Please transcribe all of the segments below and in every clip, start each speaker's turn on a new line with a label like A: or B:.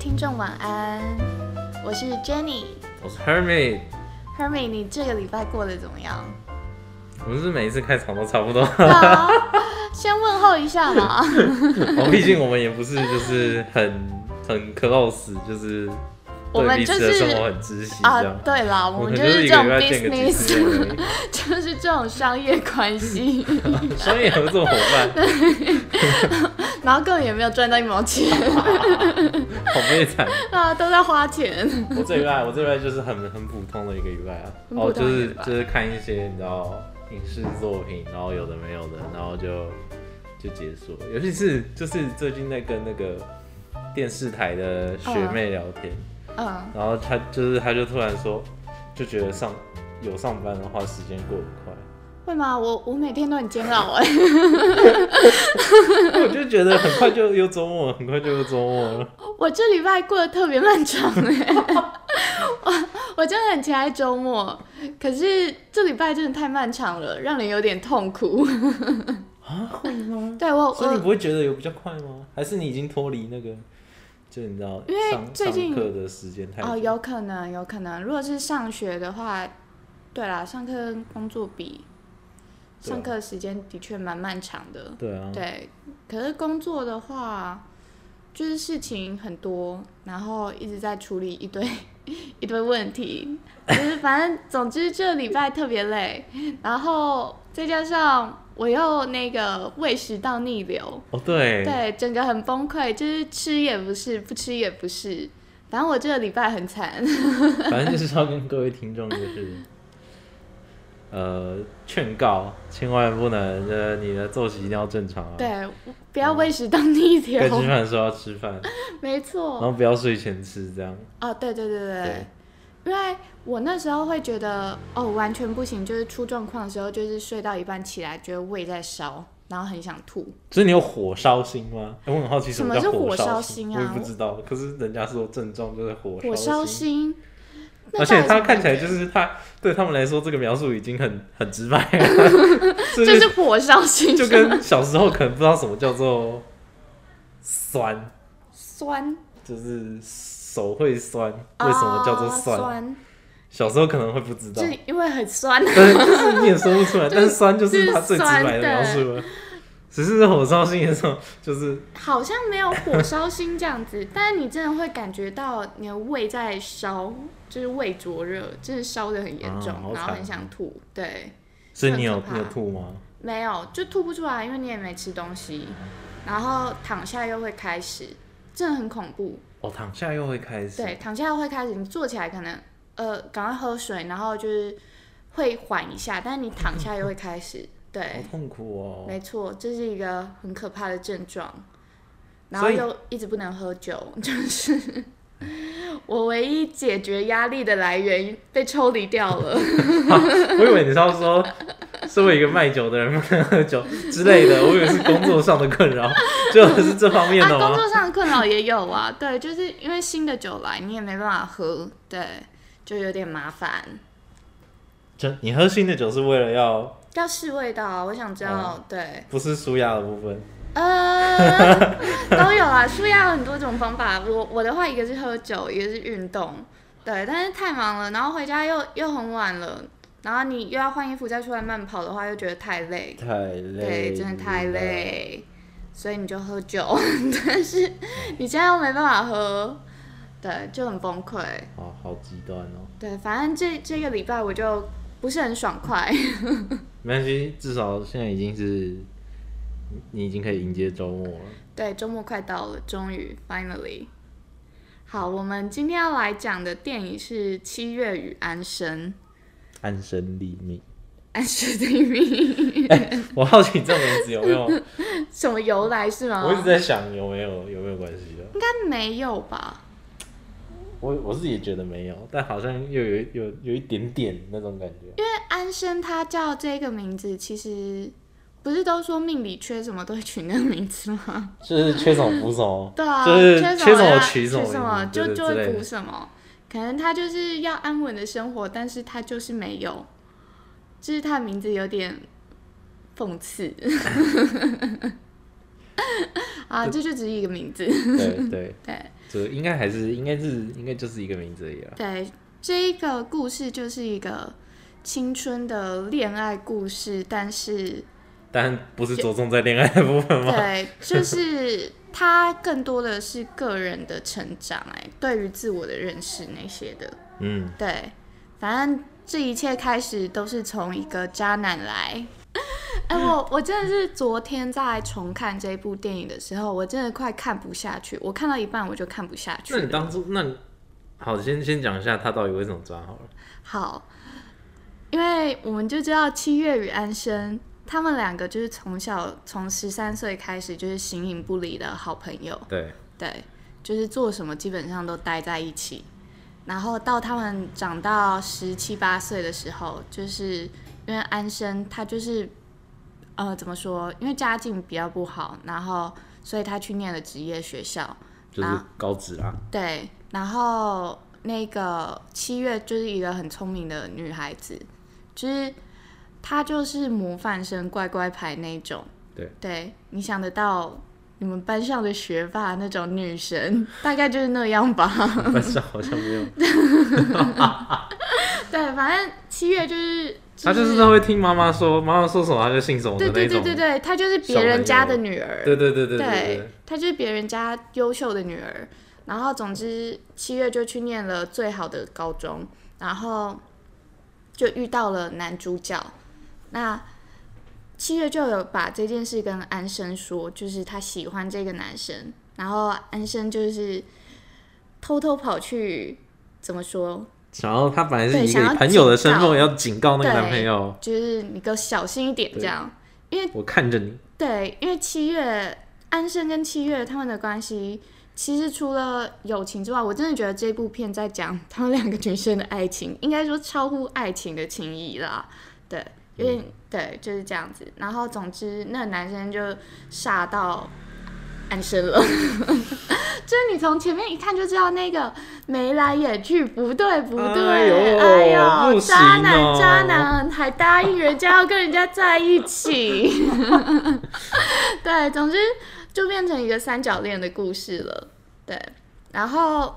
A: 听众晚安，我是 Jenny。
B: 我是 Hermit，
A: Hermy，你这个礼拜过得怎么 样？
B: 我们是每一次开场都差不多，
A: 对啊，先问候一下 嘛。啊
B: 我哦毕竟我们也不是就是很很 close，就是
A: 我们
B: 对彼
A: 就
B: 此的
A: 是
B: 生活很知悉
A: 啊
B: 这样。，
A: 对啦，
B: 我
A: 我
B: 们
A: 们就
B: 可能就是是一
A: 这
B: 个
A: 种
B: 礼拜见个几次
A: business，
B: 而
A: 就是这种商业关系，
B: 已，商业合作伙伴，
A: 然后根本也没有赚到一毛钱，
B: 好悲惨。
A: 啊，都在花钱。
B: 我这礼拜，我这礼拜就是很很普通的一个礼拜啊，
A: 很普
B: 哦，
A: 通
B: 就
A: 的一
B: 是
A: 个礼拜
B: 就是看一些你知道影视作品，然后有的没有的，然后就就结束了。尤其是就是最近在跟那个电视台的
A: 哦
B: 学妹聊天，
A: 嗯，
B: 然后她就是她就突然说，就觉得上有上班的话，时间过得快。
A: 会吗？我我每天都很煎熬哎、
B: 我就觉得很快就又周末了，很快就又周末 了。
A: 我这礼拜过得特别漫长哎、 我我真的很期待周末，可是这礼拜真的太漫长了，让人有点痛苦。
B: 啊，会 吗？
A: 对我哦
B: 所以你
A: 我
B: 不会觉得有比较快吗？还是你已经脱离那个，就你知道，
A: 因为
B: 上
A: 最近
B: 上课的时间太久
A: 哦，有可能有可能，如果是上学的话，对啦，上课跟工作比，
B: 对啊
A: 上课时间的确蛮漫长的。
B: 对啊，
A: 对，可是工作的话，就是事情很多，然后一直在处理一堆 一堆问题，就是反正总之这礼拜特别累，然后再加上我又那个胃食道逆流，
B: 哦对，
A: 对，整个很崩溃，就是吃也不是，不吃也不是，反正我这个礼拜很惨。
B: 反正就是要跟各位听众就是，呃，劝告，千万不能，呃，你的作息一定要正常啊。，
A: 对，不要胃食道逆
B: 该吃
A: 流，
B: 饭的时候要吃饭，
A: 没错
B: 然。后不要睡前吃，这样。
A: 哦，对对哦对对，
B: 对
A: 因为我那时候会觉得哦完全不行，就是出状况的时候，就是睡到一半起来，觉得胃在烧，然后很想吐。
B: 所以你有火烧心吗？哎我很好奇
A: 什
B: 么
A: 么是
B: 叫
A: 火
B: 烧
A: 烧
B: 心，
A: 心
B: 我
A: 啊
B: 也不知道。可是人家说症状就是火
A: 火烧
B: 烧
A: 心，
B: 心。
A: 那
B: 而且
A: 到
B: 他
A: 底
B: 看起来
A: 什
B: 就
A: 么
B: 是他对他们来说，这个描述已经很很直白了，
A: 感觉就
B: 就
A: 是是火烧心，
B: 就跟小时候可能不知道什么叫做酸，
A: 酸，
B: 就是手会酸，
A: 啊
B: 为什么叫做酸？
A: 酸？
B: 小时候可能会不知道
A: 就，是因为很酸，
B: 但是就是你也说不出来，
A: 就是
B: 但是酸就是它最直
A: 就
B: 白
A: 是酸
B: 的
A: 的
B: 描述了。只是火烧心的时候，就是
A: 好像没有火烧心这样子， 但是你真的会感觉到你的胃在烧，就是胃灼热，真的烧的很严
B: 啊
A: 重，
B: 好
A: 然后
B: 惨
A: 很想吐。对，
B: 所以你有
A: 很可怕
B: 你有吐吗？
A: 没有，就吐不出来，因为你也没吃东西，然后躺下又会开始，真的很恐怖。
B: 哦，躺下又会开始，
A: 对，躺下又会开始，你坐起来可能呃赶快喝水，然后就是会缓一下，但是你躺下又会开始。
B: 好
A: 对，
B: 痛苦哦。
A: 没错，这是一个很可怕的症状。然后
B: 所以
A: 又一直不能喝酒，就是我唯一解决压力的来源被抽离掉了。
B: 我以为你是要说， 身为一个卖酒的人不能喝酒之类的，我以为是工作上的困 扰，就是这方面的
A: 啊，工
B: 吗？
A: 作上的困扰也有啊， 对，就是因为新的酒来，你也没办法喝，对，就有点麻烦。
B: 就你喝新的酒是为了要，
A: 要试味道啊，我想知道，
B: 哦
A: 对，
B: 不是舒压的部分。
A: 呃， 都有啊，舒压有很多种方法。我我的话，一个是喝酒，一个是运动，对，但是太忙了，然后回家又又很晚了，然后你又要换衣服再出来慢跑的话，又觉得太累，
B: 太累，
A: 对，真的太。累，所以你就喝酒， 但是你现在又没办法喝，对，就很崩溃。
B: 好好极端哦，
A: 对，反正这这个礼拜我就不是很爽快。
B: 没关系，至少现在已经是你你已经可以迎接周末了。
A: 对，周末快到了，终于 finally。好，我们今天要来讲的电影是《七月与安生》，
B: 安身立命，
A: 安生的命，
B: 我好奇这名字 有没有？
A: 什么由来是吗？
B: 我一直在想有没有有没有关系的。
A: 应该没有吧？
B: 我我自己觉得没有，但好像又有有有一点点那种感觉。
A: 因为安生他叫这个名字，其实不是都说命里缺什么都会取那个名字吗？，
B: 就是缺什么补什么
A: 对啊，
B: 就是
A: 缺
B: 什么
A: 么
B: 取
A: 什
B: 么，
A: 就啊就
B: 之类
A: 会补
B: 的。
A: 什么。可能他就是要安稳的生活，但是他就是没有，就是他的名字有点讽刺。 啊，这就只是一个名字。
B: 对对，
A: 对，
B: 就应该还是应该是应该就是一个名字而已啊。
A: 对，这一个故事就是一个青春的恋爱故事，但是
B: 但不是着重在恋爱的部分吗？
A: 对，就是它更多的是个人的成长、哎，对于自我的认识那些的。
B: 嗯，
A: 对，反正这一切开始都是从一个渣男来。哎、我我真的是昨天在重看这部电影的时候，我真的快看不下去。我看到一半我就看不下去
B: 那你
A: 了。
B: 当初那你好，先先讲一下他到底为什么抓好了。
A: 好，因为我们就知道七月与安生，他们两个就是从小从十三岁开始就是形影不离的好朋友。
B: 对，
A: 对，就是做什么基本上都待在一起。然后到他们长到十七八岁的时候，就是因为安生他就是，呃，怎么说？因为家境比较不好，然后所以他去念了职业学校。
B: 就是高职啊。
A: 对，然后那个七月就是一个很聪明的女孩子，就是她就是模范生、乖乖牌那种。
B: 对，
A: 对，你想得到你们班上的学霸那种女神，大概就是那样吧。
B: 但是好像没有，
A: 对，反正七月就是。
B: 他就是他会听妈妈说，妈妈说什么他就信什么的
A: 对
B: 那
A: 对
B: 种
A: 对。对对，她就是别人家的女儿，
B: 对对对对对
A: 对，她就是别人家优秀的女儿。然后，总之，七月就去念了最好的高中，然后就遇到了男主角。那七月就有把这件事跟安生说，就是她喜欢这个男生，然后安生就是偷偷跑去怎么说，
B: 想要他本来是
A: 对
B: 以一
A: 想
B: 个
A: 要
B: 朋友的
A: 警
B: 身
A: 告
B: 份要警告那个男
A: 对
B: 朋友，
A: 就是你给我小心一点这样。
B: 我看着你。
A: 对，因为七月安生跟七月他们的关系，其实除了友情之外，我真的觉得这部片在讲他们两个女生的爱情，应该说超乎爱情的情谊啦。对，有
B: 嗯
A: 点、对，就是这样子。然后总之，那个男生就吓到安生了， 就是你从前面一看就知道那个眉来眼去，不对不对，
B: 哎呦
A: 哎呦，
B: 不行
A: 渣男
B: 哦
A: 渣男还答应人家要跟人家在一起。 对，总之就变成一个三角恋的故事了。对，然后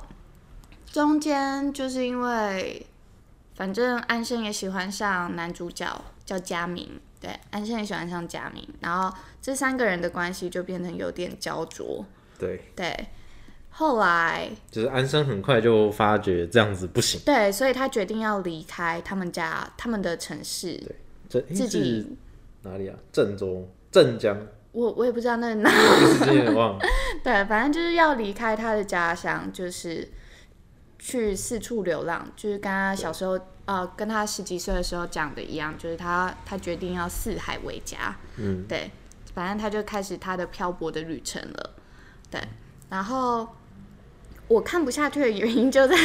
A: 中间就是因为，反正安生也喜欢上男主角叫佳明，对，安生也喜欢上佳明，然后这三个人的关系就变成有点焦灼。
B: 对，
A: 对，后来
B: 就是安生很快就发觉这样子不行，
A: 对，所以他决定要离开他们家他们的城市，
B: 这诶
A: 自
B: 是
A: 己
B: 哪里啊？郑州、镇江，
A: 我我也不知道那哪
B: 一时间有点忘了。
A: 对，反正就是要离开他的家乡，就是去四处流浪，就是跟他小时候呃，跟他十几岁的时候讲的一样，就是他他决定要四海为家。
B: 嗯，
A: 对，反正他就开始他的漂泊的旅程了。对，然后我看不下去的原因就在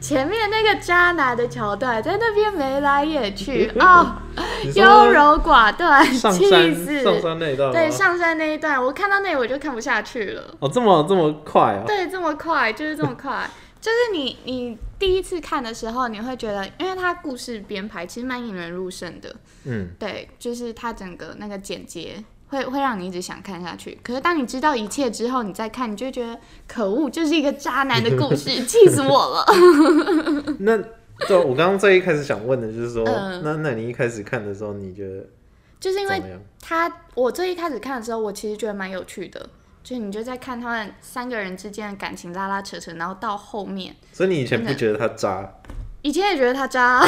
A: 前面那个渣男的桥段，在那边眉来眼 去哦，
B: 你说
A: 优柔寡断，
B: 上
A: 气
B: 山
A: 死！
B: 上山那一段吗？
A: 对上山那一段，我看到那里我就看不下去了。
B: 哦，这么这么快啊！
A: 对，这么快，就是这么快。 就是你，你第一次看的时候，你会觉得，因为它故事编排其实蛮引人入胜的，
B: 嗯，
A: 对，就是它整个那个简洁会会让你一直想看下去。可是当你知道一切之后，你再看，你就会觉得可恶，就是一个渣男的故事，气死我了。
B: 那对我刚刚最一开始想问的就是说，
A: 嗯
B: 那那你一开始看的时候，你觉得
A: 就是因
B: 怎
A: 为
B: 么样？
A: 他，我最一开始看的时候，我其实觉得蛮有趣的，就是你就在看他们三个人之间的感情拉拉扯扯，然后到后面，
B: 所以你以前不觉得他渣？
A: 以前也觉得他渣，啊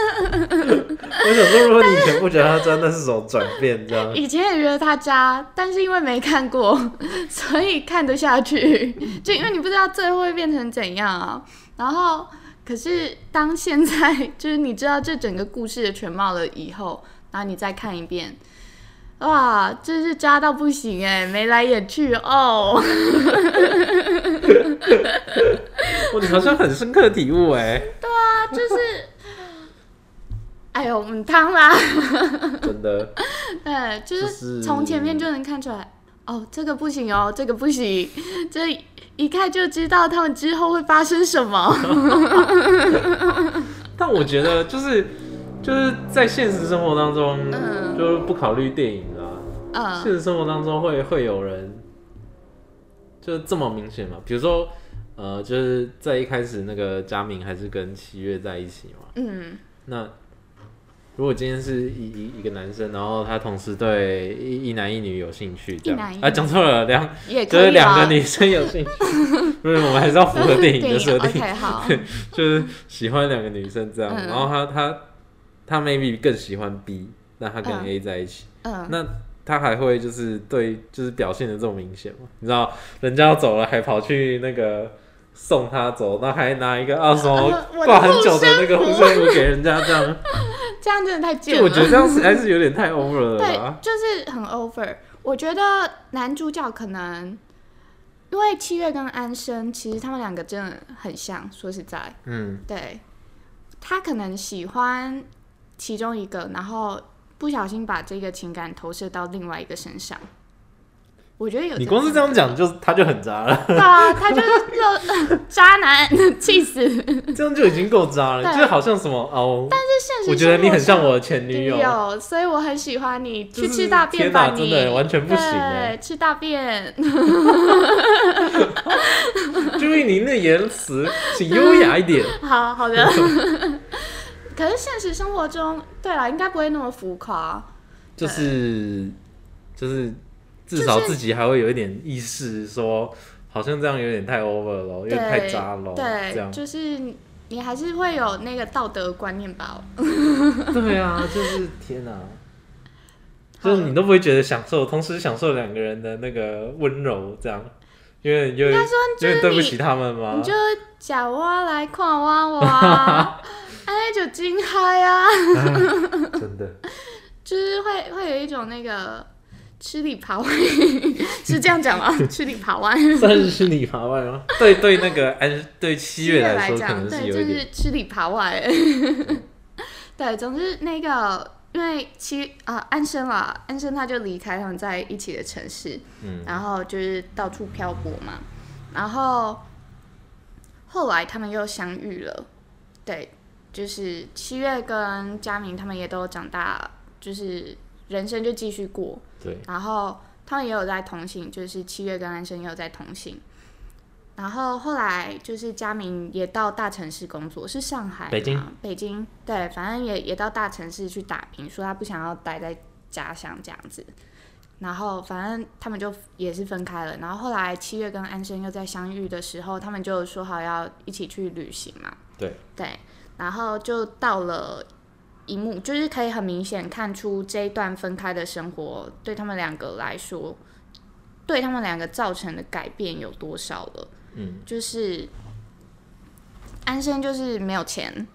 B: 我想说，如果你以前不觉得他渣，那是什么转变？这样
A: 以前也觉得他渣，但是因为没看过， 所以看得下去。就因为你不知道最后会变成怎样啊。然后，可是当现在就是你知道这整个故事的全貌了以后，然后你再看一遍，哇，真是渣到不行哎、眉来眼去哦。
B: 哇，你好像很深刻的体悟哎，
A: 啊，就是，哎呦，嗯，汤啦，
B: 真的。
A: 对，就
B: 就是
A: 是从前面就能看出来，哦，这个不行哦，这个不行， 这一看就知道他们之后会发生什么。
B: 但我觉得就是就是在现实生活当中，
A: 嗯
B: 就是不考虑电影啊，
A: 嗯，
B: 现实生活当中会会有人就这么明显嘛？比如说，呃，就是在一开始那个佳明还是跟七月在一起嘛。
A: 嗯，
B: 那如果今天是一一一个男生，然后他同时对一一男一女有兴趣，这
A: 一男
B: 样
A: 一女
B: 啊，讲错了，两
A: 也
B: 就
A: 可
B: 是
A: 以
B: 两
A: 啊。
B: 个女生有兴趣， 不是我们还是要符合电影的设定，
A: OK，好，
B: 就是喜欢两个女生这样，
A: 嗯
B: 然后他他他 maybe 更喜欢 B，那他跟
A: 嗯
B: A 在一起，
A: 嗯，
B: 那他还会就是对就是表现的这么明显吗？你知道人家要走了还跑去那个送他走，那还拿一个啊什么
A: 呃我的
B: 挂很久的那个护
A: 护
B: 身符给人家这样。
A: 这样真的太
B: 就
A: 贱
B: 我觉
A: 了。
B: 得啊这样实在是有点太 over 了
A: 对
B: 啦，。
A: 就是很 over。我觉得男主角可能因为七月跟安生，其实他们两个真的很像，说实在，
B: 嗯，
A: 对他可能喜欢其中一个，然后不小心把这个情感投射到另外一个身上。我觉得有
B: 你光是这样讲，就他就很渣 了，
A: 对啊，他就是有渣男， 气死！但
B: 这样就已经够渣了，
A: 对
B: 就好像什么哦，
A: 是现实
B: 我觉得
A: 生活
B: 你很像
A: 中
B: 我的前女友，
A: 所以我很喜欢你。
B: 就是
A: 去吃大便吧你，
B: 天哪真的完全不行欸
A: 对，吃大便，
B: 注意您的言辞，请优雅一点。
A: 好好 的。可是现实生活中，对啦，应该不会那么浮夸。
B: 就是就是，至
A: 就
B: 少
A: 是
B: 自己还会有一点意识说，好像这样有点太 over 了，有
A: 对
B: 点太渣了，这
A: 对，
B: 样。
A: 就是你还是会有那个道德观念吧？
B: 对啊， 就是天哪、就是你都不会觉得享受，同时享受两个人的那个温柔，这样，因为有点
A: 他说
B: 有
A: 就是
B: 点
A: 你，
B: 对不起他们吗
A: 你？就假挖来看挖我 啊，哎，就真嗨啊！
B: 真 的，
A: 就是会会有一种那个吃里扒外， 是这样讲吗？吃里扒外，
B: 算是你爬外吗？对对，那个安对七月来说可
A: 讲，
B: 能是
A: 对，
B: 有
A: 就
B: 一点，
A: 是吃里扒外。 对，总之那个，因为其啊、安生啦，安生他就离开他们在一起的城市，
B: 嗯
A: 然后就是到处漂泊嘛，然后后来他们又相遇了，对，就是七月跟佳明他们也都长大，就是人生就继续过，
B: 对，
A: 然后他们也有在同行，就是七月跟安生也有在同行。然后后来就是佳明也到大城市工作，是上海吗、
B: 北京
A: 北京对，反正也也到大城市去打拼，说他不想要待在家乡这样子。然后反正他们就也是分开了。然后后来七月跟安生又在相遇的时候，他们就说好要一起去旅行嘛。
B: 对
A: 对，然后就到了一幕，就是可以很明显看出这一段分开的生活对他们两个来说，对他们两个造成的改变有多少了。
B: 嗯，
A: 就是安生就是没有钱，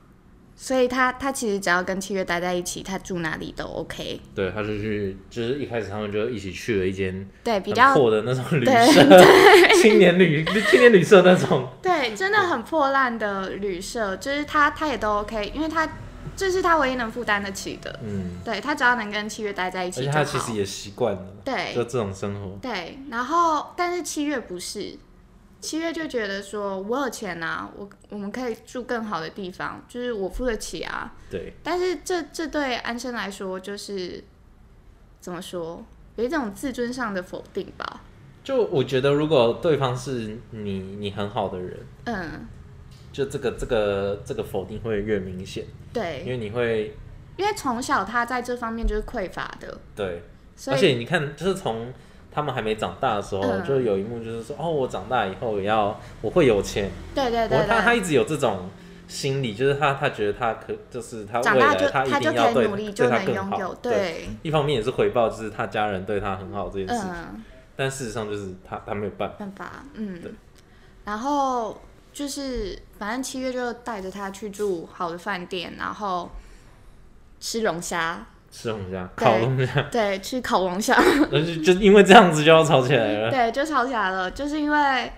A: 所以他他其实只要跟七月待在一起，他住哪里都 OK。
B: 对，他就去，就是一开始他们就一起去了一间
A: 对，比
B: 很
A: 较
B: 破的那种旅社， 青年旅青年旅社那种，
A: 对，真的很破烂的旅社，就是他他也都 OK，因为他这是他唯一能负担得起的。
B: 嗯，
A: 对他只要能跟七月待在一
B: 而
A: 起
B: 且
A: 就
B: 他其实
A: 好。
B: 也习惯了，就
A: 对
B: 这种生活，
A: 对，然后但是七月不是，七月就觉得说我有钱啊，我我们可以住更好的地方，就是我付得起啊。
B: 对，
A: 但是这这对安生来说就是怎么说，有一种自尊上的否定吧。
B: 就我觉得，如果对方是你，你很好的人，
A: 嗯，
B: 就这个这个这个否定会越明显，因
A: 对，
B: 为你会
A: 因为从小他在这方面就是匮乏的，
B: 对，
A: 所
B: 而
A: 以
B: 且你看，就是从他们还没长大的时候，
A: 嗯
B: 就有一幕就是说，哦，我长大以后也要，我会有钱，
A: 对对
B: 我
A: 对
B: 他他
A: 对，
B: 一直有这种心理，就是他他觉得他可就是他
A: 长
B: 未
A: 大
B: 来
A: 就
B: 一
A: 就
B: 定
A: 可
B: 要对
A: 以努力
B: 对
A: 就
B: 他
A: 能
B: 更
A: 拥有
B: 好，，
A: 对，
B: 一方面也是回报，就是他家人对他很好这件事，
A: 嗯。
B: 但事实上就是他他没有办法，
A: 办法，
B: 对
A: 嗯。然后就是，反正七月就带着他去住好的饭店，然后吃龙 虾，
B: 吃龙虾、
A: 对
B: 烤龙虾，
A: 对，吃烤龙虾，
B: 但是就因为这样子就要吵起来了。
A: 对，就吵起来了，就是因为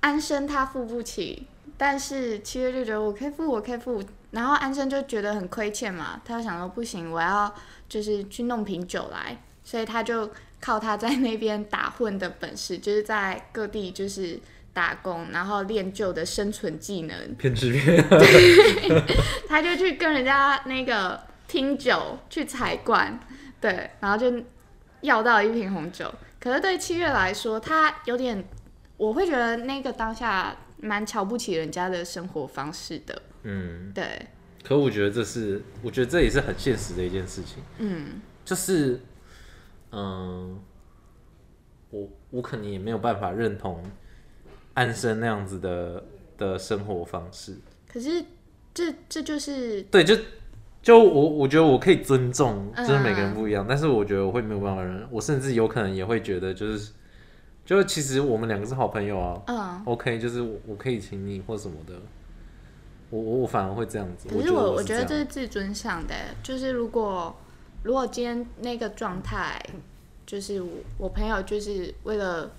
A: 安生他付不起，但是七月就觉得我可以付，我可以付，然后安生就觉得很亏欠嘛，他就想说不行，我要就是去弄瓶酒来，所以他就靠他在那边打混的本事，就是在各地就是打工，然后练就的生存技能，
B: 骗吃骗，
A: 他就去跟人家那个拼酒去采罐，对，然后就要到一瓶红酒。可是对七月来说，他有点我会觉得那个当下蛮瞧不起人家的生活方式的。
B: 嗯，
A: 对，
B: 可我觉得这是，我觉得这也是很现实的一件事情。
A: 嗯，
B: 就是，嗯，我我可能也没有办法认同安生那样子的的生活方式。
A: 可是这这就是
B: 对，就就我我觉得我可以尊重，
A: 嗯
B: 就是每个人不一样，但是我觉得我会没有办法认，我甚至有可能也会觉得就是，就是其实我们两个是好朋友啊
A: 嗯。
B: ，OK，就是我我可以请你或什么的，我我我反而会这样子。
A: 可是
B: 觉得
A: 我
B: 我
A: 觉得
B: 这
A: 这
B: 样
A: 是自尊上的，欸就是如果如果今天那个状态，就是我我朋友就是为了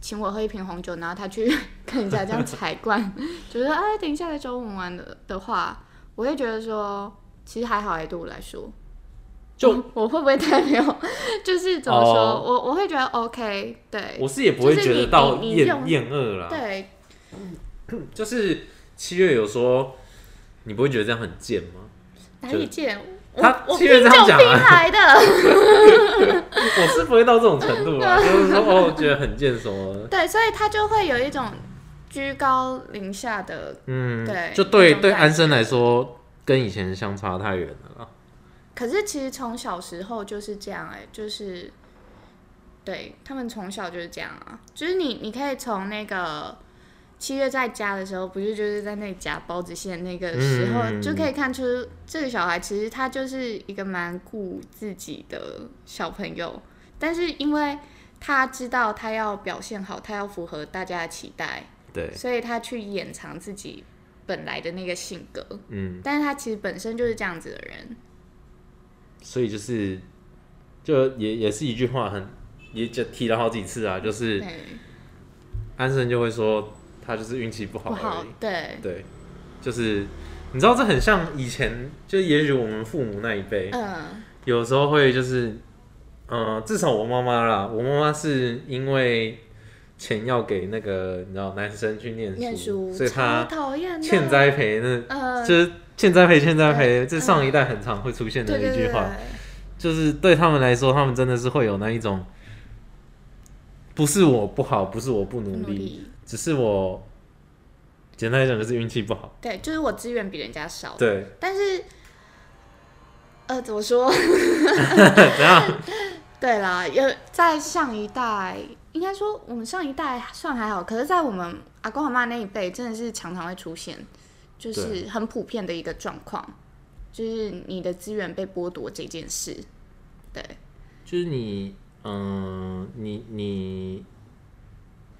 A: 请我喝一瓶红酒，然后他去 跟人家这样踩罐，就是说哎，等一下来找我们玩的的话，我会觉得说其实还好哎，对我来说。
B: 就
A: 我我会不会太没有？ 就是怎么说
B: 哦
A: 我我会觉得 OK，对
B: 我啊是也不会
A: 就是
B: 觉
A: 你
B: 得到
A: 你你
B: 厌
A: 用
B: 厌恶啦，
A: 对，
B: 就是七月有说，你不会觉得这样很贱吗？
A: 哪里见？我
B: 他
A: 我
B: 七
A: 拼
B: 月
A: 就
B: 这样讲
A: 拼
B: 啊
A: 来的，
B: 我是不会到这种程度啦，就是说哦，觉得很贱什么的，
A: 对，所以他就会有一种居高临下的
B: 嗯，
A: 对
B: 就对
A: 那种
B: 对
A: 感
B: 安生来说，跟以前相差太远了啦。
A: 可是其实从小时候就是这样哎、就是对他们从小就是这样啊，就是你你可以从那个七月在家的时候，不是就是在那里夹包子馅那个时候，
B: 嗯
A: 就可以看出这个小孩其实他就是一个蛮顾自己的小朋友，但是因为他知道他要表现好，他要符合大家的期待，
B: 对，
A: 所以他去掩藏自己本来的那个性格，
B: 嗯，
A: 但是他其实本身就是这样子的人。
B: 所以就是，就也也是一句话很，也就提了好几次啊，就是
A: 对。
B: 安生就会说他就是运气不好
A: 不
B: 而
A: 好
B: 已，，
A: 对，
B: 对，就是你知道这很像以前，就也许我们父母那一辈，
A: 嗯
B: 有时候会就是，呃，至少我妈妈啦，我妈妈是因为钱要给那个你知道男生去念，书，
A: 念书
B: 所以
A: 超
B: 她
A: 讨厌的
B: 欠，栽培那，
A: 呃，
B: 就是欠栽培欠栽培，
A: 嗯
B: 这上一代很常会出现的
A: 对
B: 一
A: 对
B: 句
A: 对，
B: 话，就是对他们来说，他们真的是会有那一种，不是我不好，不是我不
A: 对
B: 努
A: 努
B: 力，
A: 力，
B: 只是我简单来讲就是运气不好，
A: 对，就是我资源比人家少，
B: 对，
A: 但是，呃，怎么说？
B: 怎样？
A: 对啦，有在上一代，应该说我们上一代算还好，可是，在我们阿公阿妈那一辈，真的是常常会出现，就是很普遍的一个状况，就是你的资源被剥夺这件事，对，
B: 就是你，嗯、你你，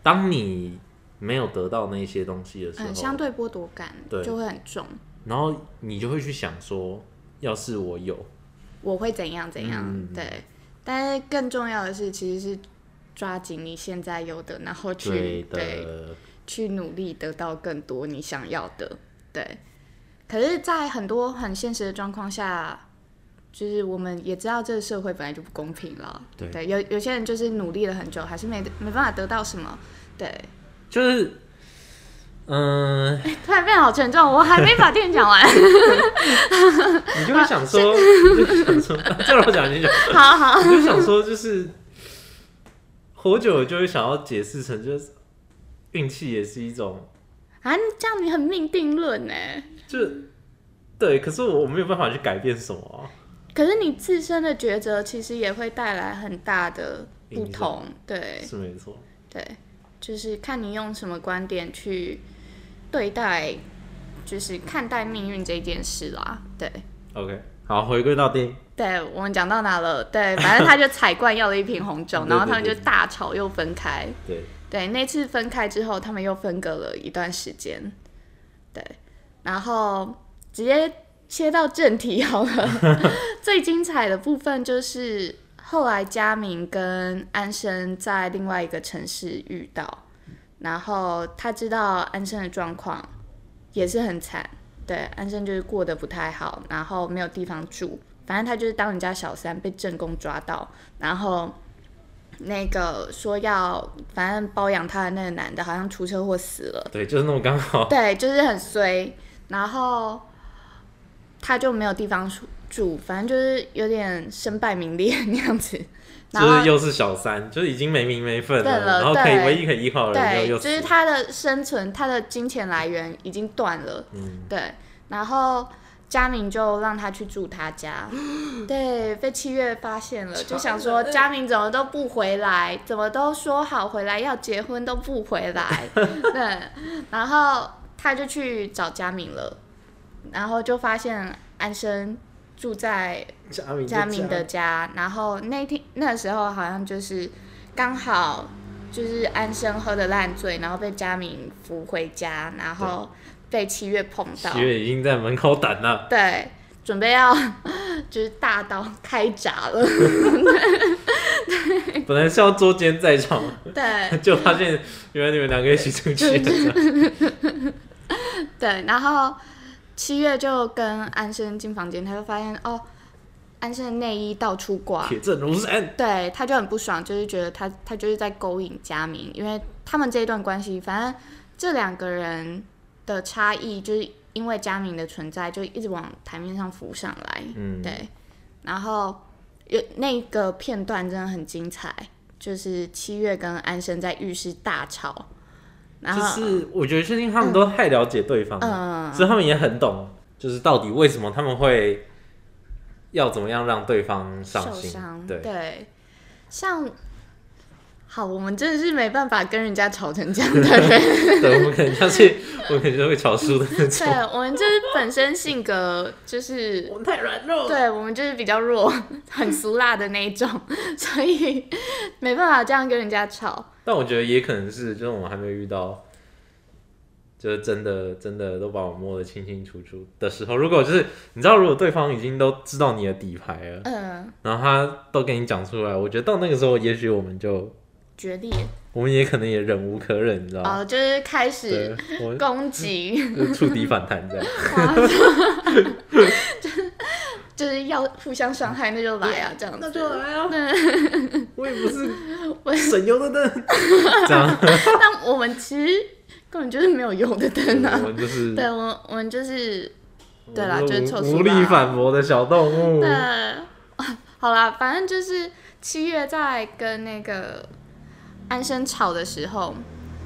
B: 当你没有得到那些东西的时候，
A: 嗯，相对剥夺感
B: 对
A: 就会很重，
B: 然后你就会去想说，要是我有，
A: 我会怎样怎样，
B: 嗯
A: 对。但是更重要的是，其实是抓紧你现在有的，然后去
B: 对
A: 对
B: 的，
A: 去努力得到更多你想要的，对。可是，在很多很现实的状况下，就是我们也知道这个社会本来就不公平了，
B: 对
A: 有有些人就是努力了很久，还是没没办法得到什么，对。
B: 就是，嗯、
A: 突然变得好沉重，我还没把电影讲完。
B: 你就会 想
A: 啊
B: 说，你就会想说， 这让我讲，你讲，
A: 好好，
B: 你就想说，就是活久了就会想要解释成就是运气也是一种，
A: 啊，这样你很命定论欸呢、
B: 就是对，可是我我没有办法去改变什么啊、
A: 可是你自身的抉择其实也会带来很大的不同，对
B: 是没错。
A: 对，就是看你用什么观点去对待，就是看待命运这件事啦。对，
B: OK，好，回归到电影。
A: 对我们讲到哪了？对，反正他就采罐要了一瓶红酒，
B: 对
A: 然后他们
B: 对
A: 就
B: 对
A: 大吵又分开。
B: 对，
A: 对，那次分开之后，他们又分隔了一段时间。对，然后直接切到正题好了。 最精彩的部分就是后来佳明跟安生在另外一个城市遇到，然后他知道安生的状况也是很惨，对，安生就是过得不太好，然后没有地方住，反正他就是当人家小三被正宫抓到，然后。那个说要反正包养他的那个男的，好像出车祸死了，
B: 对，就是那么刚好。
A: 对，就是很衰，然后他就没有地方住主，反正就是有点身败名裂那样子。 然
B: 就是
A: 后
B: 又是小三，就是已经没名没分
A: 对了
B: 然后可以
A: 对
B: 唯一可以依靠的人
A: 对，
B: 又又
A: 就
B: 死
A: 是
B: 了，
A: 他的生存，他的金钱来源已经断了。
B: 嗯，
A: 对，然后佳明就让他去住他 家，对，被七月发现了，就想说佳明怎么都不回来，怎么都说好回来要结婚都不回 来，对，然后他就去找佳明了，然后就发现安生住在
B: 佳明就
A: 佳明的家，然后那天那时候好像就是刚好就是安生喝的烂醉，然后被佳明扶回家，然后被七月碰到
B: 七，月已经在门口等了，
A: 对，准备要 就是大刀开闸了，
B: 本来是要捉奸在床，
A: 对
B: 就发现原来你们两个一起出去了，
A: 对，然后七月就跟安生进房间，他就发现哦，安生的内衣到处挂，
B: 铁证如山。
A: 对，他就很不爽，就是觉得他他就是在勾引佳明，因为他们这一段关系，反正这两个人的差异，就是因为佳明的存在，就一直往台面上浮上来。
B: 嗯，
A: 对，然后有那个片段真的很精彩，就是七月跟安生在浴室大吵，然
B: 就
A: 后、
B: 是我觉得最近他们都太了解对方了，
A: 嗯，
B: 所以他们也很懂，就是到底为什么他们会要怎么样让对方上
A: 受
B: 心
A: 伤，，
B: 对，
A: 对，像。好，我们真的是没办法跟人家吵成这样的人，
B: 对，我们可能像是， 我可能就会吵输的那种。
A: 对，我们就是本身性格就是，
B: 我们太软弱了，
A: 对我们就是比较弱， 很俗辣的那一种， 所以没办法这样跟人家吵。
B: 但我觉得也可能是，就是我们还没有遇到，就是真的真的都把我摸得清清楚楚的时候，如果就是你知道，如果对方已经都知道你的底牌了，
A: 嗯，
B: 然后他都跟你讲出来，我觉得到那个时候，也许我们就
A: 决裂
B: 我们也可能也忍无可忍，你知道吗？
A: 哦，就是开始
B: 对，我
A: 攻 击，
B: 就触底反弹这 样。
A: 哇 就是要互相伤害，那就来啊，这样子。
B: 来啊！ 我也 不是省油的灯， 这样
A: 但我们其实根本就是没有用的灯啊
B: 我。们就是
A: 对，我们我们就是对啦
B: 我
A: 就是
B: 们
A: 臭
B: 无
A: 鼠
B: 无力
A: 啦啊
B: 反驳的小动物。
A: 那 好啦，反正就是七月在跟那个安生吵的时候，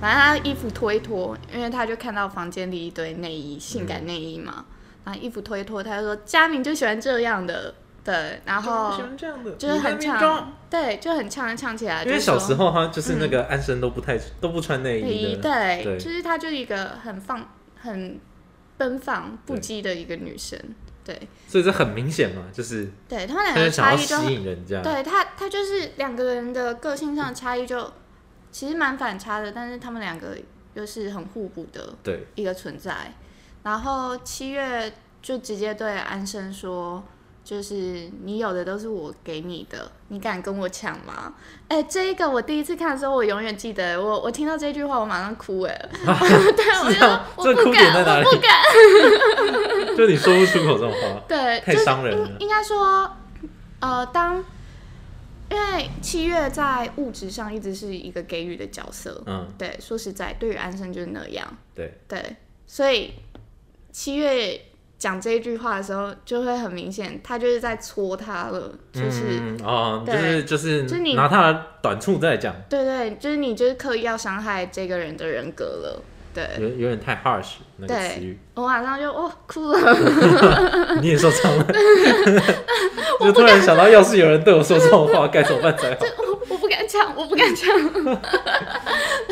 A: 反正他衣服脱一脱，因为他就看到房间里一堆内衣，性感内衣嘛，然后衣服脱一脱，他就说佳明就喜欢这样的，对，然后
B: 这样的，
A: 就是很呛，对，就很呛呛起来，
B: 因
A: 就
B: 为
A: 是
B: 小
A: 说嗯
B: 时候他就是那个安生都不太都不穿内
A: 内衣
B: 衣的，
A: 对，
B: 对
A: 就是她就是一个很放很奔放不
B: 对
A: 羁的一个女生，对，
B: 所以这很明显嘛，就是
A: 对他们
B: 他
A: 两
B: 就
A: 个
B: 想
A: 差
B: 要
A: 异就很
B: 吸引人家，
A: 对他，他就是两个人的个性上的差异就其实蛮反差的，但是他们两个又是很互补的
B: 对，
A: 一个存在。然后七月就直接对安生说。就是你有的都是我给你的，你敢跟我抢吗？哎、这一个我第一次看的时候，我永远记得，我我听到这句话，我马上哭哎、 对，我
B: 是
A: 就
B: 这
A: 说
B: 样
A: 我
B: 这
A: 不
B: 哭点在哪
A: 敢，
B: 里
A: 我不敢。
B: 就你说不出口这种话，
A: 对，
B: 太
A: 就是
B: 伤人了
A: 应应该说，呃，当因为七月在物质上一直是一个给予的角色，
B: 嗯，
A: 对，说实在，对于安生就是那样，
B: 对，
A: 对，所以七月讲这一句话的时候，就会很明显，他就是在戳他了，就是。
B: 嗯哦，就
A: 对
B: 是就是
A: 就是你
B: 拿他的短处在讲，
A: 对对，就是你就是刻意要伤害这个人的人格了，对
B: 有有点太 harsh 那个词
A: 对
B: 语，，
A: 我马上就哦哭了，
B: 你也受伤了，就突然想到，要是有人对我说这种话，该怎么 办才好？
A: 我我不敢抢，我不敢抢。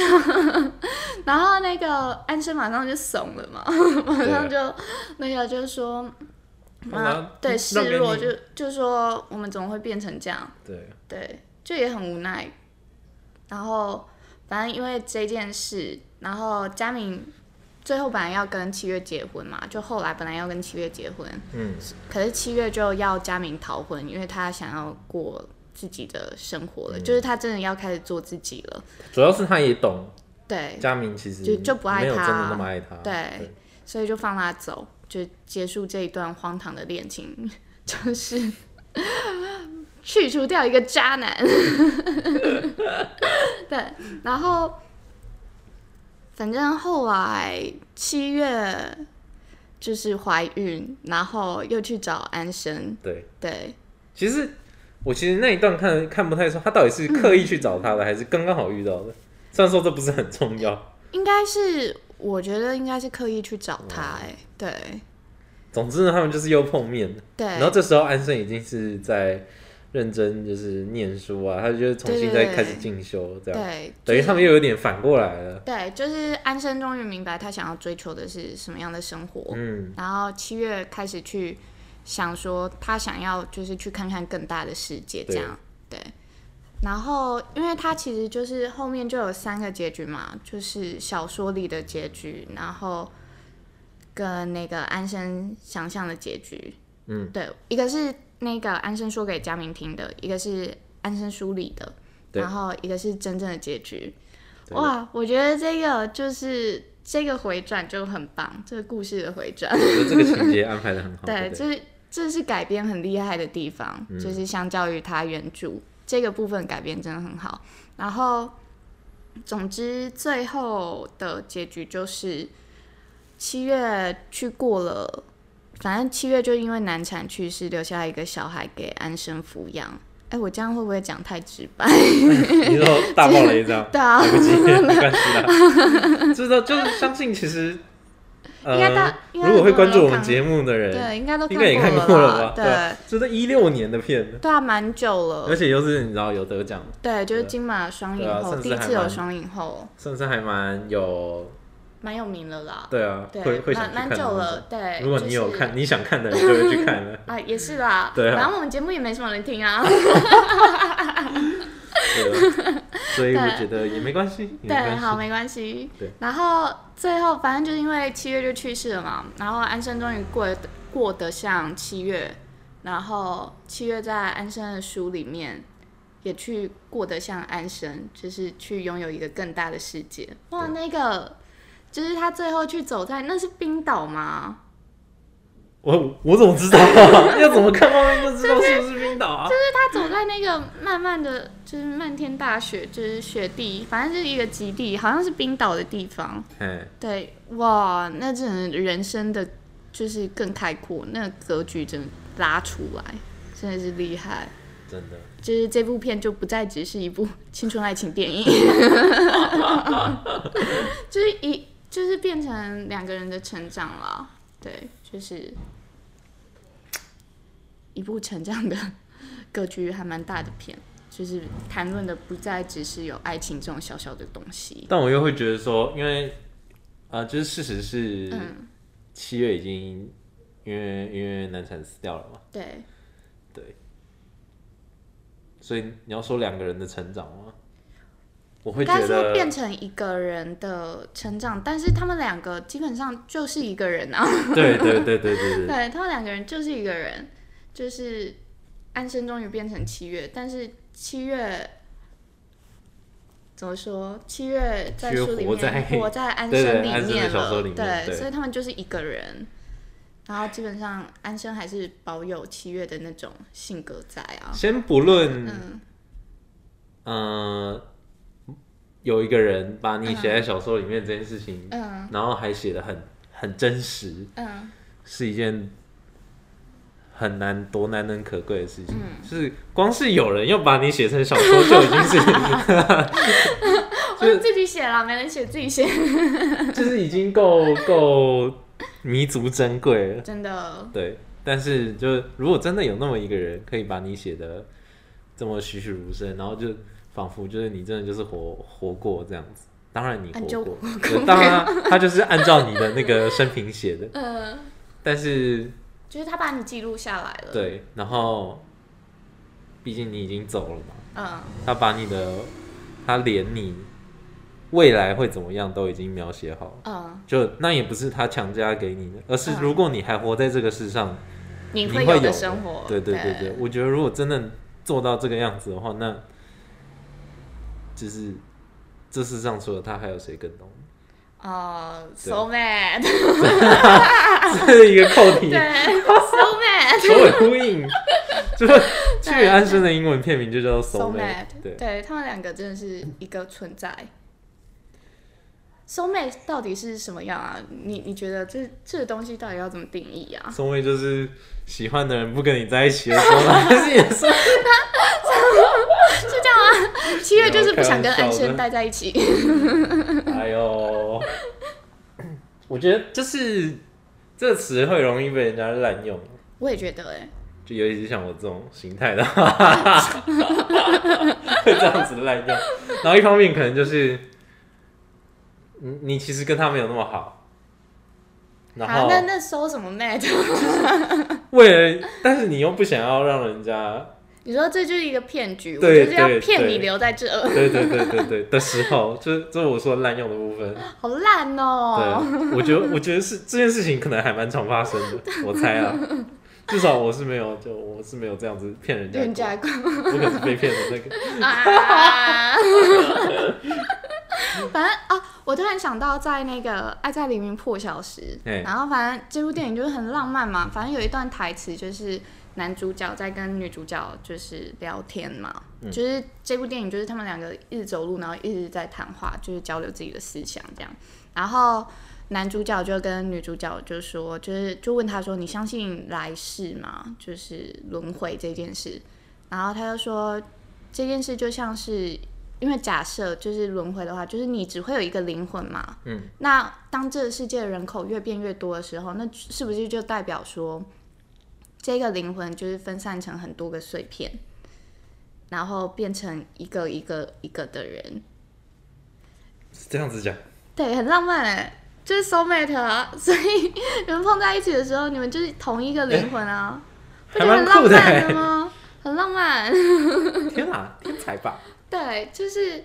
A: 然后那个安生马上就怂了嘛， 马上就那个就说，
B: 好吧嗯
A: 啊，对，
B: 让
A: 示
B: 给
A: 弱
B: 你
A: 就就说我们怎么会变成这样？
B: 对，
A: 对，就也很无奈。然后反正因为这件事，然后佳敏最后本来要跟七月结婚嘛，就后来本来要跟七月结婚，
B: 嗯，
A: 可是七月就要佳明逃婚，因为他想要过自己的生活
B: 嗯
A: 了，就是他真的要开始做自己了。
B: 主要是他也懂，
A: 对，
B: 佳明其实
A: 就就不爱
B: 没有
A: 他
B: 真的那么爱他，
A: 对所以就放他走，就结束这一段荒唐的恋情， 就是去除掉一个渣男。 对，然后反正后来七月就是怀孕，然后又去找安生，
B: 对，
A: 对，
B: 其实我其实那一段看看不太出，他到底是刻意去找他
A: 嗯
B: 的，还是刚刚好遇到的。虽然说这不是很重要，
A: 应该是我觉得应该是刻意去找
B: 哦
A: 他、哎、对
B: 总之呢，他们就是又碰面了。
A: 对，
B: 然后这时候安生已经是在认真就是念书啊，他就是重
A: 对对
B: 新再
A: 对
B: 开始进修这样，
A: 对，
B: 等于
A: 就是
B: 他们又有点反过来了。
A: 对，就是安生终于明白他想要追求的是什么样的生活，
B: 嗯，
A: 然后七月开始去想说他想要就是去看看更大的世界这样，对。然后，因为他其实就是后面就有三个结局嘛，就是小说里的结局，然后跟那个安生想象的结局，
B: 嗯，
A: 对，一个是那个安生说给佳明听的，一个是安生书里的，
B: 对
A: 然后一个是真正的结局。
B: 对
A: 哇，我觉得这个就是这个回转就很棒，这个故事的回转。
B: 我觉得这个情节安排的很好。
A: 对，
B: 不
A: 这是这是改编很厉害的地方，
B: 嗯
A: 就是相较于它原著这个部分改编真的很好。然后，总之最后的结局就是七月去过了，反正七月就因为难产去世，留下一个小孩给安生抚养。哎，我这样会不会讲太直白？
B: 你说大爆雷这样，
A: 对啊，
B: 来不及，没关系啦。知道就是相信，其实
A: 应该大
B: 呃，
A: 应该
B: 如果会
A: 很多人
B: 关注
A: 都
B: 我们
A: 看
B: 节目的人，
A: 对，应该都
B: 应该也看
A: 了
B: 过了
A: 啦
B: 吧？啊
A: 对，，
B: 这是一六年的片，
A: 对啊，蛮久
B: 而
A: 了。
B: 且又是你知道有得奖，
A: 对，就是
B: 对
A: 金马双
B: 对
A: 影
B: 啊
A: 后，
B: 甚至
A: 第一
B: 还
A: 次有
B: 蛮
A: 双影后。
B: 甚至还蛮有，
A: 蛮有名了啦，
B: 对啊，会
A: 对，
B: 会
A: 蛮
B: 想去
A: 蛮
B: 看的
A: 久
B: 那
A: 了
B: 种。，
A: 对。
B: 如果你有
A: 就是
B: 看，你想看的人就会去
A: ，
B: 看了
A: 啊，也是啦，
B: 对啊
A: 反正我们节目也没什么人听啊，
B: 对啊，所以我
A: 对
B: 觉得也没关系，
A: 对，
B: 也没关
A: 好，
B: 系，
A: 没关系
B: 对。
A: 然后最后，反正就是因为七月就去世了嘛，然后安生终于过得过得像七月，然后七月在安生的书里面。也去过得像安生，就是去拥有一个更大的世界。哇，那个就是他最后去走在那是冰岛吗？
B: 我我怎么知道啊？ 要怎么看外面就知道是不是冰岛啊？
A: 他走在那个慢慢的就是漫天大雪，就是雪地，反正就是一个极地，好像是冰岛的地方。
B: 哎，
A: 对，哇，那真的人生的就是更开阔，那个格局真的拉出来，真的是厉害。
B: 真的。
A: 就是这部片就不再只是一部 青春爱情电影， 就是一就是变成两个人的成长了，对，就是一部成长的格局还蛮大的片，就是谈论的不再只是有爱情这种小小的东西，
B: 但我又会觉得说，因为啊、呃就是事实是
A: 嗯，
B: 七月已经因为因为难产死掉了嘛，
A: 对，
B: 所以你要说两个人的成长吗？我会
A: 应该
B: 觉
A: 说
B: 得
A: 变成一个人的成长，但是他们两个基本上就是一个人啊。
B: 对对对对对对，
A: 对他们两个人就是一个人，就是安生终于变成七月，但是七月怎么说？七月在
B: 七月
A: 书里
B: 活
A: 面
B: 在
A: 活在安
B: 对对
A: 生
B: 安
A: 里
B: 生的
A: 面
B: 小说
A: 了，
B: 里面对
A: 所以他们就是一个人。然后基本上安生还是保有七月的那种性格在啊，
B: 先不论
A: 嗯，
B: 嗯、呃有一个人把你写在小说里面这件事情，
A: 嗯
B: 然后还写的很很真实，
A: 嗯，
B: 是一件很难多难能可贵的事情。
A: 嗯
B: 就是光是有人要把你写成小说，就已经是
A: 我是哦自己写了，没人写，自己 写，
B: 就是已经够够弥足珍贵了。
A: 真的，
B: 对，但是就是如果真的有那么一个人，可以把你写的这么栩栩如生，然后就仿佛就是你真的就是活活过这样子。当然你
A: 按就
B: 活过，对当然他他就是按照你的那个生平写的，
A: 嗯，
B: 但是
A: 就是他把你记录下来了，，
B: 对，然后毕竟你已经走了嘛，
A: 嗯，
B: 他把你的他连你未来会怎么样都已经描写好了。
A: 嗯，
B: 就那也不是他强加给你的，而是
A: 嗯
B: 如果你还活在这个世上，
A: 你
B: 会
A: 会
B: 有
A: 的生活，
B: 对对对对，我觉得如果真的做到这个样子的话，那就是这世上除了他还有谁更 懂？
A: 哦、s o mad，
B: 这是一个扣题
A: 对，，so mad，
B: 首尾呼应。 就是去安生的英文片名就叫做《
A: so
B: Soul Mate
A: mad，》，
B: 对，
A: 对他们两个真的是一个存在，收妹到底是什么样啊？你你觉得这这东西到底要怎么定义 啊？
B: 松妹就是喜欢的人不跟你在一起的时候， 但是也是
A: 是这样啊？七月就是不想跟安
B: 开玩笑
A: 生
B: 的
A: 待在一起。
B: 哎呦， 我觉得就是这个词会容易被人家滥用，
A: 我也觉得哎、
B: 就尤其是像我这种形态的 话，会这样子滥用。然后一方面可能就是，你你其实跟他没有那么好，然
A: 好，
B: 后
A: 那那收什么妹？
B: 为了，但是你又不想要让人家，
A: 你说这就是一个骗局，我
B: 对
A: 就是要
B: 对
A: 骗
B: 对
A: 你留在这，
B: 对对对对对的时候，就是这是我说滥用的部分。
A: 好烂哦、
B: 对，我觉得我觉得是这件事情可能还蛮常发生 的，我猜啊，至少我是没有，就我是没有这样子骗人家过，
A: 人家光
B: 我可是被骗的那个。
A: 啊！反正啊，我突然想到，在那个《爱在黎明破晓时》
B: 哎
A: 然后反正这部电影就是很浪漫嘛。反正有一段台词就是男主角在跟女主角就是聊天嘛，
B: 嗯
A: 就是这部电影就是他们两个一直走路，然后一直在谈话，就是交流自己的思想这样。然后男主角就跟女主角就说，就是就问他说：“你相信来世吗？就是轮回这件事？”然后他就说：“这件事就像是，因为假设就是轮回的话，就是你只会有一个灵魂嘛。
B: 嗯，
A: 那当这个世界的人口越变越多的时候，那是不是就代表说，这个灵魂就是分散成很多个碎片，然后变成一个一个一个的人？
B: 是这样子讲，
A: 对，很浪漫哎，就是 soul mate 啊， 所以你们碰在一起的时候，你们就是同一个灵魂啊，不觉
B: 哎还
A: 得很
B: 蛮
A: 浪
B: 酷的、
A: 漫啊的
B: 欸。
A: 吗？很浪漫，
B: 天哪、天才吧！
A: 对，就是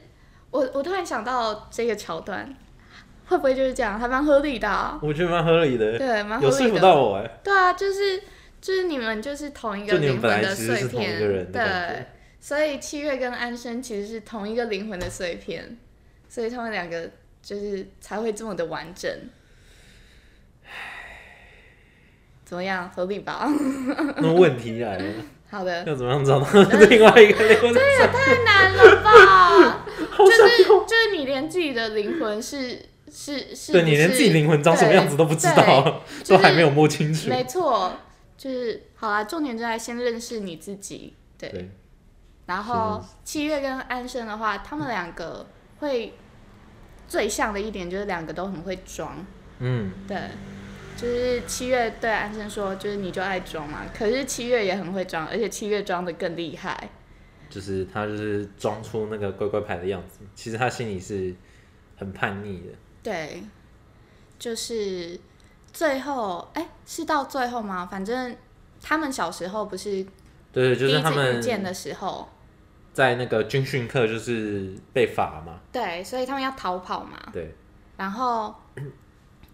A: 我我突然想到这个桥段，会不会就是这样，还蛮合理的、啊，
B: 我觉得蛮合理的，欸
A: 对，蛮合
B: 呃有说
A: 理
B: 服
A: 的，
B: 到我哎、
A: 对啊，就是就是你们就是同一个
B: 就你们
A: 灵
B: 本
A: 魂
B: 来
A: 的
B: 其实
A: 碎
B: 是同一
A: 片，
B: 个人的感
A: 对
B: 觉，
A: 所以七月跟安生其实是同一个灵魂的碎片，所以他们两个就是才会这么的完整。怎么样，合理吧？
B: 那问题来了，
A: 好的，
B: 要怎么样找到 另外一个 灵魂？
A: 太难了吧？
B: 好
A: 就
B: 想
A: 是
B: 用。
A: 就是你连自己的灵魂是是是，
B: 对你连自己灵魂长什么样子都不知道，
A: 就
B: 都还
A: 是
B: 没有摸清楚。
A: 没错，就是好啦，重点就在先认识你自己，对。
B: 对，
A: 然后七月跟安生的话，他们两个会最像的一点就是两个都很会装，
B: 嗯，
A: 对，就是七月对安生说，就是你就爱装嘛，可是七月也很会装，而且七月装的更厉害，
B: 就是他就是装出那个乖乖牌的样子，其实他心里是很叛逆的。
A: 对，就是最后哎是到最后吗？反正他们小时候不是
B: 对，就
A: 第
B: 是
A: 一
B: 他
A: 次遇
B: 们
A: 见的时候，
B: 在那个军训课就是被罚嘛，
A: 对，所以他们要逃跑嘛，
B: 对，
A: 然后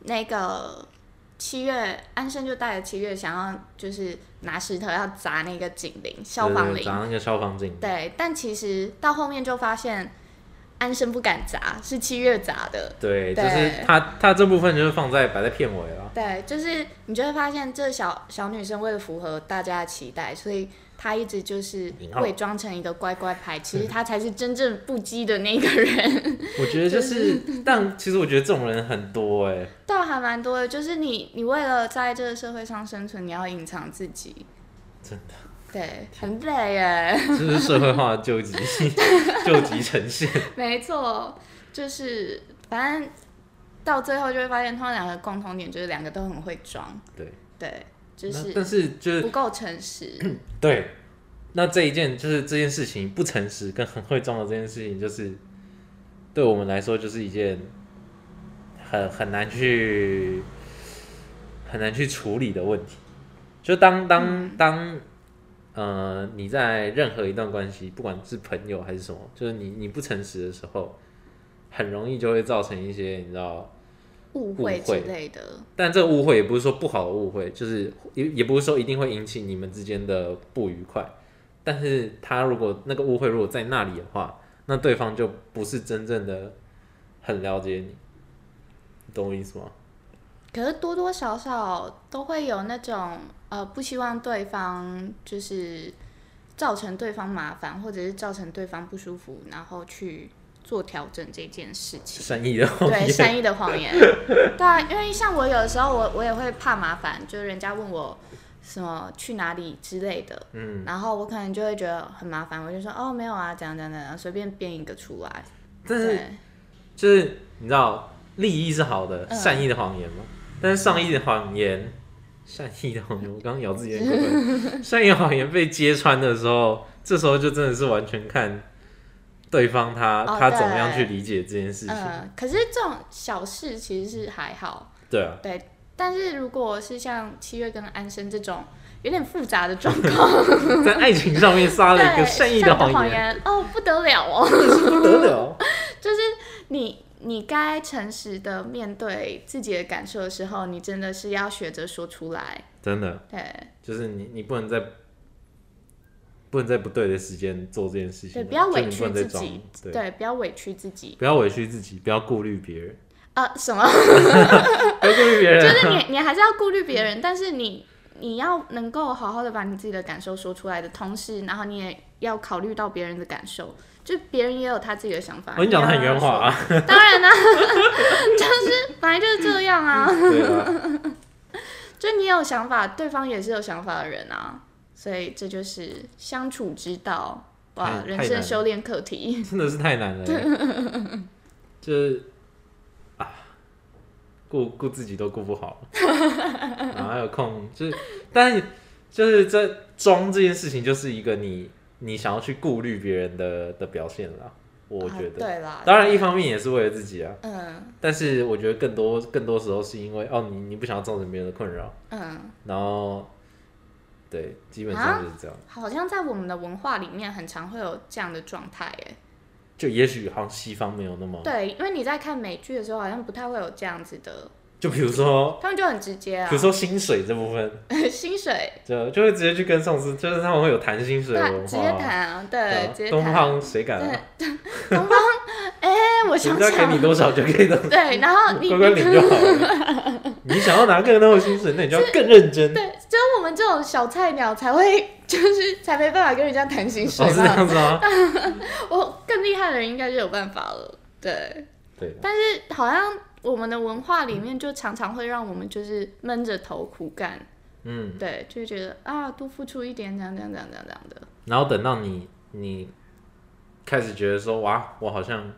A: 那个七月安生就带着七月想要就是拿石头要砸那个警铃消防
B: 对
A: 铃，
B: 砸那个消防警，
A: 对，但其实到后面就发现安生不敢砸，是七月砸的。
B: 对，就
A: 对
B: 是他他这部分就是放在摆在片尾了，
A: 对，就是你就会发现，这小小女生为了符合大家的期待，所以她一直就是
B: 引号
A: 伪装成一个乖乖牌，其 实她才是真正不羁的那个人。
B: 我觉得就是，但其实我觉得这种人很多哎、
A: 倒还蛮多的，就是你你为了在这个社会上生存，你要隐藏自己。
B: 真的，
A: 对，很累 耶，
B: 这是社会化的救急， 救急呈现。
A: 没错，就是反正到最后就会发现他们两个共同点就是两个都很会装，
B: 对，
A: 对，就
B: 那
A: 是
B: 但是就是
A: 不够诚 实，
B: 对，那这一件就是这件事情不诚实跟很会装的这件事情，就是对我们来说就是一件很很难去很难去处理的问题。就当当、当呃你在任何一段关系，不管是朋友还是什么，就是你你不诚实的时候，很容易就会造成一些你知道。
A: 误会
B: 误
A: 之
B: 会
A: 类的，
B: 但这个误会也不是说不好的误会，就是也也不是说一定会引起你们之间的不愉快。但是他如果那个误会如果在那里的话，那对方就不是真正的很了解你，你懂我意思吗？
A: 可是多多少少都会有那种呃不希望对方就是造成对方麻烦，或者是造成对方不舒服，然后去做调整这件事 情。
B: 善意的谎
A: 对，
B: 言，
A: 善意的谎言。对啊，因为像我有的时候我我也会怕麻烦，就是人家问我什么去哪里之类的，
B: 嗯，
A: 然后我可能就会觉得很麻烦，我就说哦没有啊，怎样怎样怎样，随便编一个出来。
B: 但是
A: 对，
B: 就是你知道利益是好的，
A: 嗯
B: 善意的谎言嘛，但是上意的谎言，善意的谎言，我刚刚咬自己的口 水，善意的谎言被揭穿的时候，这时候就真的是完全看对方他、
A: 哦
B: 他
A: 对
B: 怎么样去理解这件事情，
A: 嗯，可是这种小事其实是还好，
B: 对啊，
A: 对。但是如果是像七月跟安生这种有点复杂的状 况，
B: 在爱情上面撒了一
A: 对，
B: 个善意
A: 的
B: 的谎言，
A: 言，哦不得了哦。
B: 不得了，
A: 就是你你该诚实的面对自己的感受的时候，你真的是要学着说出来。
B: 真的
A: 对
B: 就是你你不能在。不能在不对的时间做这件事情
A: 对，
B: 了，
A: 不要
B: 就
A: 委
B: 你不
A: 屈
B: 能再
A: 自
B: 装
A: 己，
B: 对，
A: 对，不要委屈自己。
B: 不要委屈自己，不要顾虑别人，
A: 呃，什 么？
B: 不要顾虑别 人
A: 就
B: 啊，
A: 是你你还是要顾虑别人，但是你你要能够好好的把你自己的感受说出来的同时，然后你也要考虑到别人的感受，就别人也有他自己的想法。
B: 哦我跟你讲的很圆滑
A: 啊，
B: 啊，
A: 当然啦、就是本来就是这样啊。
B: 对啊，
A: 就你有想法，对方也是有想法的人啊，所以这就是相处之道。哇，
B: 太
A: 人
B: 太
A: 生
B: 难了
A: 修炼课题。
B: 真的是太难了欸，就是啊，顾顾自己都顾 不好，然后还有空，就是，但是就是这装这件事情，就是一个你你想要去顾虑别人的的表现啦，我觉
A: 啊、
B: 得。
A: 对啦，
B: 当然，一方面也是为了自己啊，
A: 嗯
B: 但是我觉得更多更多时候是因为哦，你你不想要造成别人的困扰，
A: 嗯，啊
B: 然后对，基本上就是这样。
A: 好像在我们的文化里面，很常会有这样的状态诶。
B: 就也许好像西方没有那么，
A: 对，因为你在看美剧的时候，好像不太会有这样子的，
B: 就比如说，
A: 他们就很直接啊
B: 比如。说薪水这部分，
A: 薪水
B: 就就会直接去跟上司，就是他们会有谈薪水
A: 对
B: 的
A: 啊，
B: 文
A: 直
B: 化
A: 接
B: 啊。
A: 谈啊，
B: 对
A: 对，
B: 啊
A: 直接
B: 东
A: 谈。
B: 方谁敢啊？
A: 哎，我
B: 人
A: 想
B: 家给
A: 想
B: 你，多少就给你多少，
A: 对，然后你
B: 乖乖领就好了。 你想要拿更多的薪水，那你就要更认真。
A: 对，只有我们这种小菜鸟才会， 就是才没办法跟人家谈薪水啊
B: 哦，是这
A: 嘛。
B: 样 子吗？
A: 我更厉害的人应该是有办法了，对。
B: 对，
A: 但是好像我们的文化里面，就常常会让我们就是闷着头苦干，
B: 嗯，
A: 对，就会觉得啊，多付出一点，这样这样这样这样这样的，
B: 然后等到你你开始觉得说，哇，我好像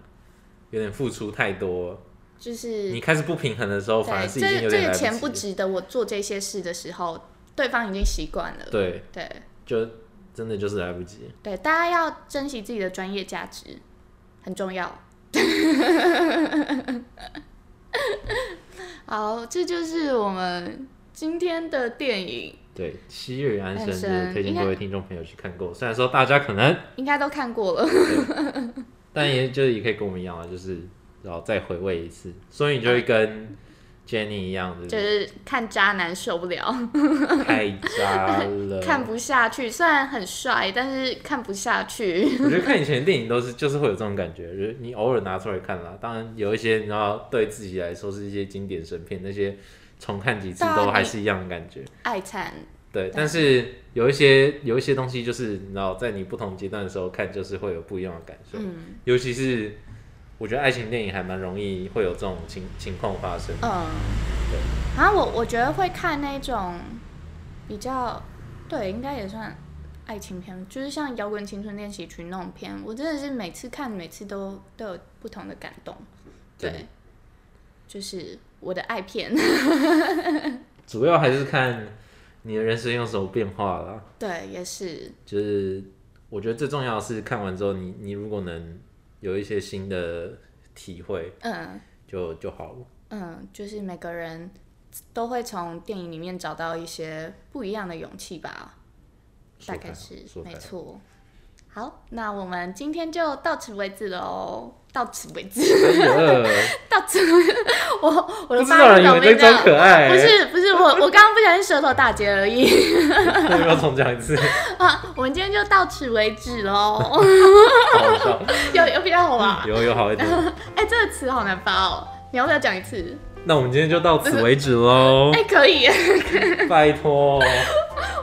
B: 有点付出太多了，
A: 就是
B: 你开始不平衡的时候，反而
A: 对，
B: 是已经
A: 这
B: 有
A: 这
B: 点
A: 个
B: 来
A: 钱不
B: 不及了。
A: 值得我做这些事的时候，对方已经习惯了，
B: 对，
A: 对
B: 就真的就是来不及。
A: 对，大家要珍惜自己的专业价值，很重要。 好，这就是我们今天的电影，
B: 对，七月与安生
A: 安生
B: 就是推荐
A: 应该
B: 各位听众朋友去看过。虽然说大家可能，
A: 应该都看过了，
B: 但也就是也可以跟我们一样啊，就是然后再回味一次，所以你就会跟 Jenny 一样，就
A: 就是是看渣男受不了，
B: 太渣 了。
A: 看不下去。虽然很帅，但是看不下去。
B: 我觉得看以前的电影都是就是会有这种感觉，就是你偶尔拿出来看啦。当然有一些你知道对自己来说是一些经典神片，那些重看几次
A: 对啊
B: 都还
A: 你
B: 是一样的感觉。
A: 爱惨，
B: 对，但是有一些有一些东西，就是你知道，在你不同阶段的时候看，就是会有不一样的感受。
A: 嗯
B: 尤其是我觉得爱情电影还蛮容易会有这种情情况发生。
A: 嗯，然后我我觉得会看那种比较，对，应该也算爱情片，就是像《摇滚青春练习曲》那种片，我真的是每次看，每次都都有不同的感动。对，
B: 对
A: 就是我的爱 片。
B: 主要还是看你的人生有什么变化啦。
A: 对，也是，
B: 就是我觉得最重要的是看完之后你，你如果能有一些新的体会
A: 嗯
B: 就就好了。
A: 嗯，就是每个人都会从电影里面找到一些不一样的勇气吧，大
B: 说
A: 概
B: 开
A: 是
B: 说
A: 没
B: 开
A: 错。好，那我们今天就到此为止喽，到此为止。
B: 哎
A: 到此为止， 我我的
B: 呦，不知道
A: 发
B: 人
A: 音
B: 以
A: 搞
B: 为在欸装可爱、
A: 不是不是，我我刚刚不小心舌头打结而已
B: 那 又要重讲一次，
A: 啊！我们今天就到此为止喽，
B: 好好笑，
A: 有有比较好吧？
B: 嗯有有好一点。
A: 啊哎、这个词好难发哦，你要不要讲一次？
B: 那我们今天就到此为止喽
A: 哎哎、，可以，
B: 拜托。
A: 哇，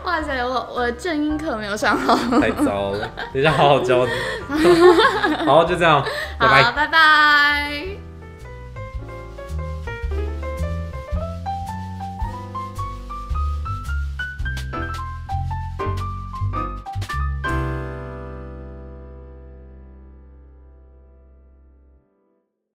A: 哇塞，我我的正音课没有上好。
B: 太 糟了，等一下好好教你。好，就这样，拜拜。
A: 好，拜拜。